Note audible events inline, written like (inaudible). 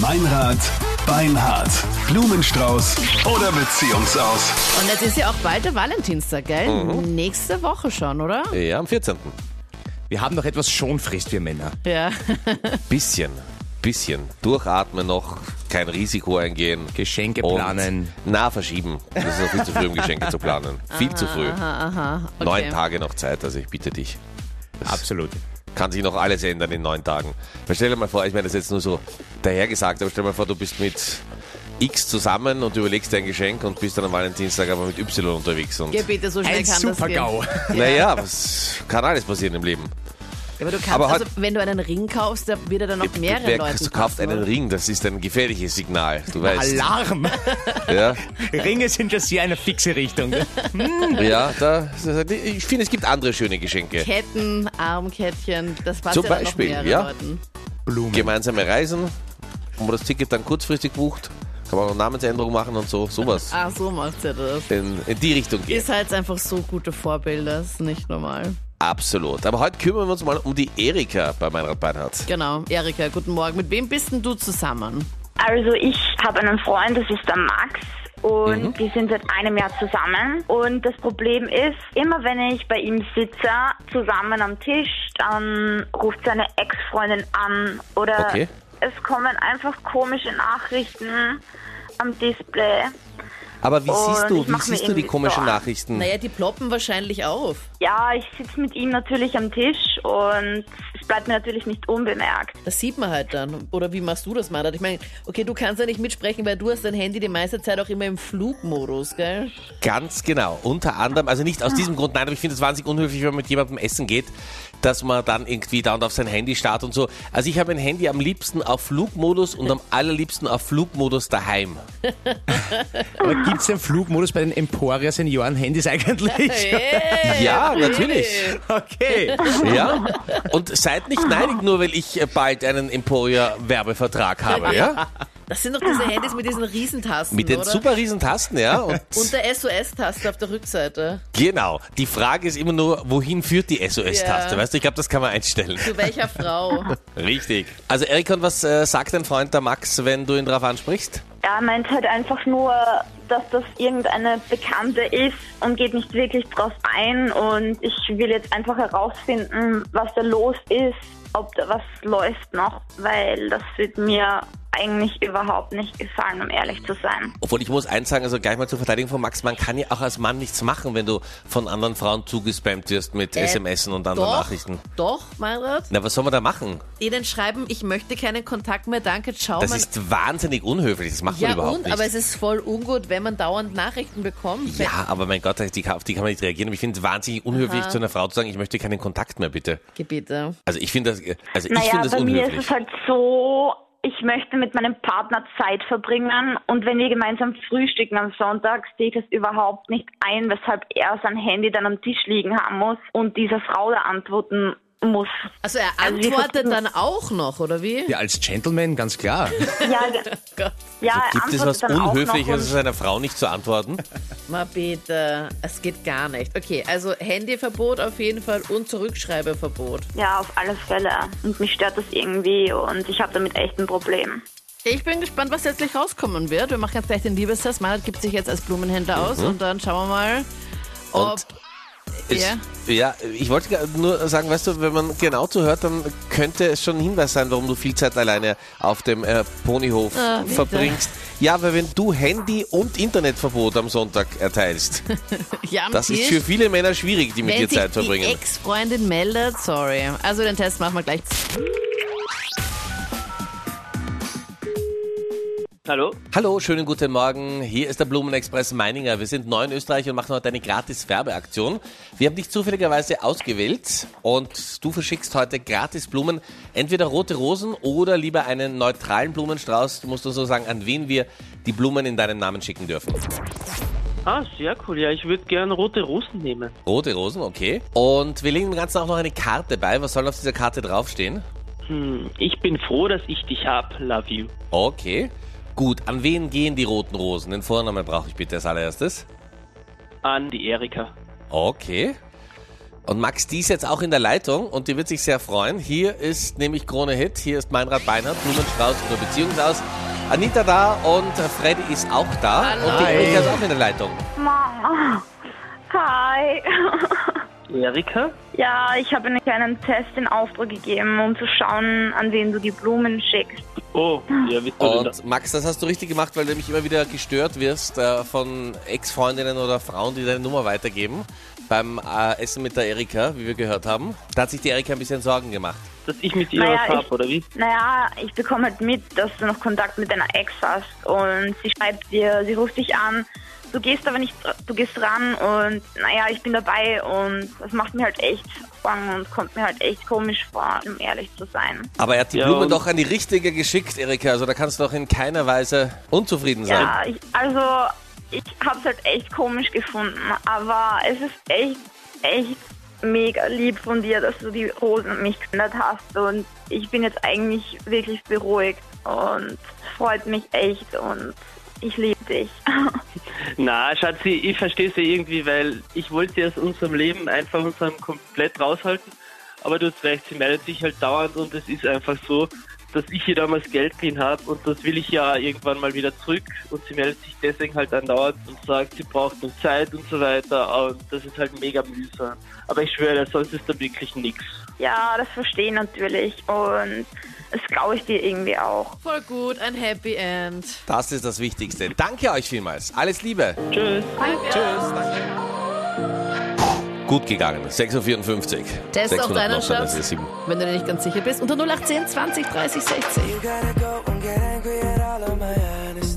Meinrad, Beinhard, Blumenstrauß oder Beziehungsaus. Und jetzt ist ja auch bald der Valentinstag, gell? Mhm. Nächste Woche schon, oder? Ja, am 14. Wir haben noch etwas Schonfrist, wir Männer. Ja. (laughs) Bisschen, bisschen. Durchatmen noch, kein Risiko eingehen. Geschenke Und- planen. Na, verschieben. Das ist noch viel zu früh, um Geschenke zu planen. Viel zu früh. Okay. Neun Tage noch Zeit, also ich bitte dich. Absolut. Kann sich noch alles ändern in neun Tagen. Weil stell dir mal vor, ich meine, das ist jetzt nur so dahergesagt, aber stell dir mal vor, du bist mit X zusammen und überlegst dir ein Geschenk und bist dann am Valentinstag aber mit Y unterwegs. Und Ja, bitte, so schnell Ein kann das gehen. Super-GAU. naja, was kann alles passieren im Leben. Aber du kannst, Aber also, heute- wenn du einen Ring kaufst, da wird er dann noch mehreren Wer Leuten kauft passen, ne? einen oder? Ring, das ist ein gefährliches Signal. Du weißt. Alarm. (laughs) Ja, Ringe sind das hier eine fixe Richtung. ja da, ich finde, es gibt andere schöne Geschenke. Ketten, Armkettchen, das passt Zum ja dann noch Beispiel, mehreren ja. Leuten. Gemeinsame Reisen, wo man das Ticket dann kurzfristig bucht. Kann man auch Namensänderung machen und so, sowas. Ah, so macht sie das. In, in die Richtung geht. Ist halt einfach so gute Vorbilder, ist nicht normal. Absolut. Aber heute kümmern wir uns mal um die Erika bei Meinrad Beinhardt. Genau, Erika, guten Morgen. Mit wem bist denn du zusammen? Also ich habe einen Freund, das ist der Max. Und die sind seit einem Jahr zusammen. Und das Problem ist, immer wenn ich bei ihm sitze, zusammen am Tisch, dann ruft seine Ex-Freundin an. Oder Okay. es kommen einfach komische Nachrichten am Display. Aber wie Oh, siehst du, ich wie mach mir siehst du die irgendwie komischen Sorgen. Nachrichten? Naja, die ploppen wahrscheinlich auf. Ja, ich sitze mit ihm natürlich am Tisch und es bleibt mir natürlich nicht unbemerkt. Das sieht man halt dann. Oder wie machst du das, Marat? Ich meine, okay, du kannst ja nicht mitsprechen, weil du hast dein Handy die meiste Zeit auch immer im Flugmodus, gell? Ganz genau. Unter anderem, also nicht Ah. aus diesem Grund, nein, aber ich finde es wahnsinnig unhöflich, wenn man mit jemandem essen geht, dass man dann irgendwie da und auf sein Handy starrt und so. Also ich habe mein Handy am liebsten auf Flugmodus und am allerliebsten auf Flugmodus daheim. Aber gibt es den Flugmodus bei den Emporia Senioren Handys eigentlich? Hey, Ja, natürlich. Okay. Ja. Und seid nicht neidig, nur weil ich äh, bald einen Emporia-Werbevertrag habe, ja? Das sind doch diese Handys mit diesen Riesentasten, Mit den oder? super riesen Tasten, ja? Und (laughs) Und der SOS-Taste auf der Rückseite. genau. Die Frage ist immer nur, wohin führt die SOS-Taste? Ja. Weißt du, ich glaube, das kann man einstellen. Zu welcher (laughs) Frau? Richtig. Also Erik, und was äh, sagt dein Freund der Max, wenn du ihn drauf ansprichst? Er meint halt einfach nur, dass das irgendeine Bekannte ist und geht nicht wirklich drauf ein. Und ich will jetzt einfach herausfinden, was da los ist, ob da was läuft noch, weil das wird mir eigentlich überhaupt nicht gefallen, um ehrlich zu sein. Obwohl ich muss eins sagen, also gleich mal zur Verteidigung von Max, man kann ja auch als Mann nichts machen, wenn du von anderen Frauen zugespammt wirst mit Äh, SMSen und anderen doch, Nachrichten. doch, Meinrad. Na, was soll man da machen? Ihnen schreiben, ich möchte keinen Kontakt mehr, danke, ciao. Das man- ist wahnsinnig unhöflich, das macht ja, man überhaupt und, nicht. aber es ist voll ungut, wenn man dauernd Nachrichten bekommt. ja, aber mein Gott, die, kann- auf die kann man nicht reagieren. Aber ich finde es wahnsinnig unhöflich, zu einer Frau zu sagen, ich möchte keinen Kontakt mehr, bitte. Gebete. Also ich finde das, also ich Naja, finde das bei mir ist unhöflich. es halt so, ich möchte mit meinem Partner Zeit verbringen und wenn wir gemeinsam frühstücken am Sonntag, sehe ich das überhaupt nicht ein, weshalb er sein Handy dann am Tisch liegen haben muss und dieser Frau da antworten muss. Also er Also wir antwortet versuchen- dann auch noch, oder wie? Ja, als Gentleman, ganz Also, klar. (laughs) Ja, oh ge- Gott, ja er Gibt es antwortet was dann auch noch und- Unhöfliches, einer Frau nicht zu (laughs) antworten? mal bitte. Es geht gar nicht. Okay, also Handyverbot auf jeden Fall und Zurückschreibeverbot. Ja, auf alle Fälle. Und mich stört das irgendwie und ich habe damit echt ein Problem. Ich bin gespannt, was jetzt gleich rauskommen wird. Wir machen jetzt gleich den Liebestest. Meinrad gibt sich jetzt als Blumenhändler aus und dann schauen wir mal, ob... Mhm. Und Es- Ja. ja, ich wollte gar- nur sagen, weißt du, wenn man genau zuhört, dann könnte es schon ein Hinweis sein, warum du viel Zeit alleine auf dem äh, Ponyhof Ah, bitte. verbringst. Ja, weil wenn du Handy und Internetverbot am Sonntag (laughs) erteilst, ja, am das Tisch. ist für viele Männer schwierig, die mit Wenn dir sich Zeit verbringen. die Ex-Freundin meldet, sorry. Also den Test machen wir gleich. Hallo? Hallo, schönen guten Morgen. Hier ist der Blumenexpress Meininger. Wir sind neu in Österreich und machen heute eine gratis Werbeaktion. Wir haben dich zufälligerweise ausgewählt und du verschickst heute gratis Blumen, entweder rote Rosen oder lieber einen neutralen Blumenstrauß. Du musst uns so sagen, an wen wir die Blumen in deinem Namen schicken dürfen. Ah, sehr cool. Ja, ich würde gerne rote Rosen nehmen. Rote Rosen, okay. Und wir legen dem Ganzen auch noch eine Karte bei. Was soll auf dieser Karte draufstehen? Hm, ich bin froh, dass ich dich hab. Love you. Okay. Gut, an wen gehen die roten Rosen? Den Vornamen brauche ich bitte als allererstes. An die Erika. Okay. Und Max, die ist jetzt auch in der Leitung und die wird sich sehr freuen. Hier ist nämlich Krone Hit, hier ist Meinrad Beinhardt, Blumenstrauß oder Beziehungsaus. Anita da und Freddy ist auch da. Hallo. Und die Erika ist auch in der Leitung. Mama. Hi. Erika? (laughs) Ja, ich habe einen kleinen Test in Auftrag gegeben, um zu schauen, an wen du die Blumen schickst. Oh, ja, wie soll denn das? Und Max, das hast du richtig gemacht, weil du nämlich immer wieder gestört wirst äh, von Ex-Freundinnen oder Frauen, die deine Nummer weitergeben. Beim äh, Essen mit der Erika, wie wir gehört haben. Da hat sich die Erika ein bisschen Sorgen gemacht. Dass ich mit ihr was Naja, hab, ich- oder wie? Naja, ich bekomme halt mit, dass du noch Kontakt mit deiner Ex hast und sie schreibt dir, sie ruft dich an. Du gehst aber nicht, du gehst ran und naja, ich bin dabei und das macht mir halt echt Sorgen und kommt mir halt echt komisch vor, um ehrlich zu sein. Aber er hat die Ja, Blume und- doch an die richtige geschickt, Erika. Also da kannst du doch in keiner Weise unzufrieden sein. Ja, ich, also ich hab's halt echt komisch gefunden, aber es ist echt, echt mega lieb von dir, dass du die Rosen an mich geändert hast und ich bin jetzt eigentlich wirklich beruhigt und es freut mich echt und ich liebe dich. Na, Schatzi, ich verstehe sie irgendwie, weil ich wollte sie aus unserem Leben einfach unserem komplett raushalten. Aber du hast recht, sie meldet sich halt dauernd und es ist einfach so, dass ich hier damals Geld drin habe und das will ich ja irgendwann mal wieder zurück und sie meldet sich deswegen halt andauernd und sagt, sie braucht noch Zeit und so weiter und das ist halt mega mühsam. Aber ich schwöre, sonst ist da wirklich nichts. ja, das verstehe ich natürlich und das glaube ich dir irgendwie auch. Voll gut, ein Happy End. Das ist das Wichtigste. Danke euch vielmals. Alles Liebe. Tschüss. Gut gegangen. 6.54 Uhr. Test auf deinen Das Schatz, ist sieben. wenn du dir nicht ganz sicher bist. Unter 0810 20 30 60. You gotta go and get angry at all of my honesty.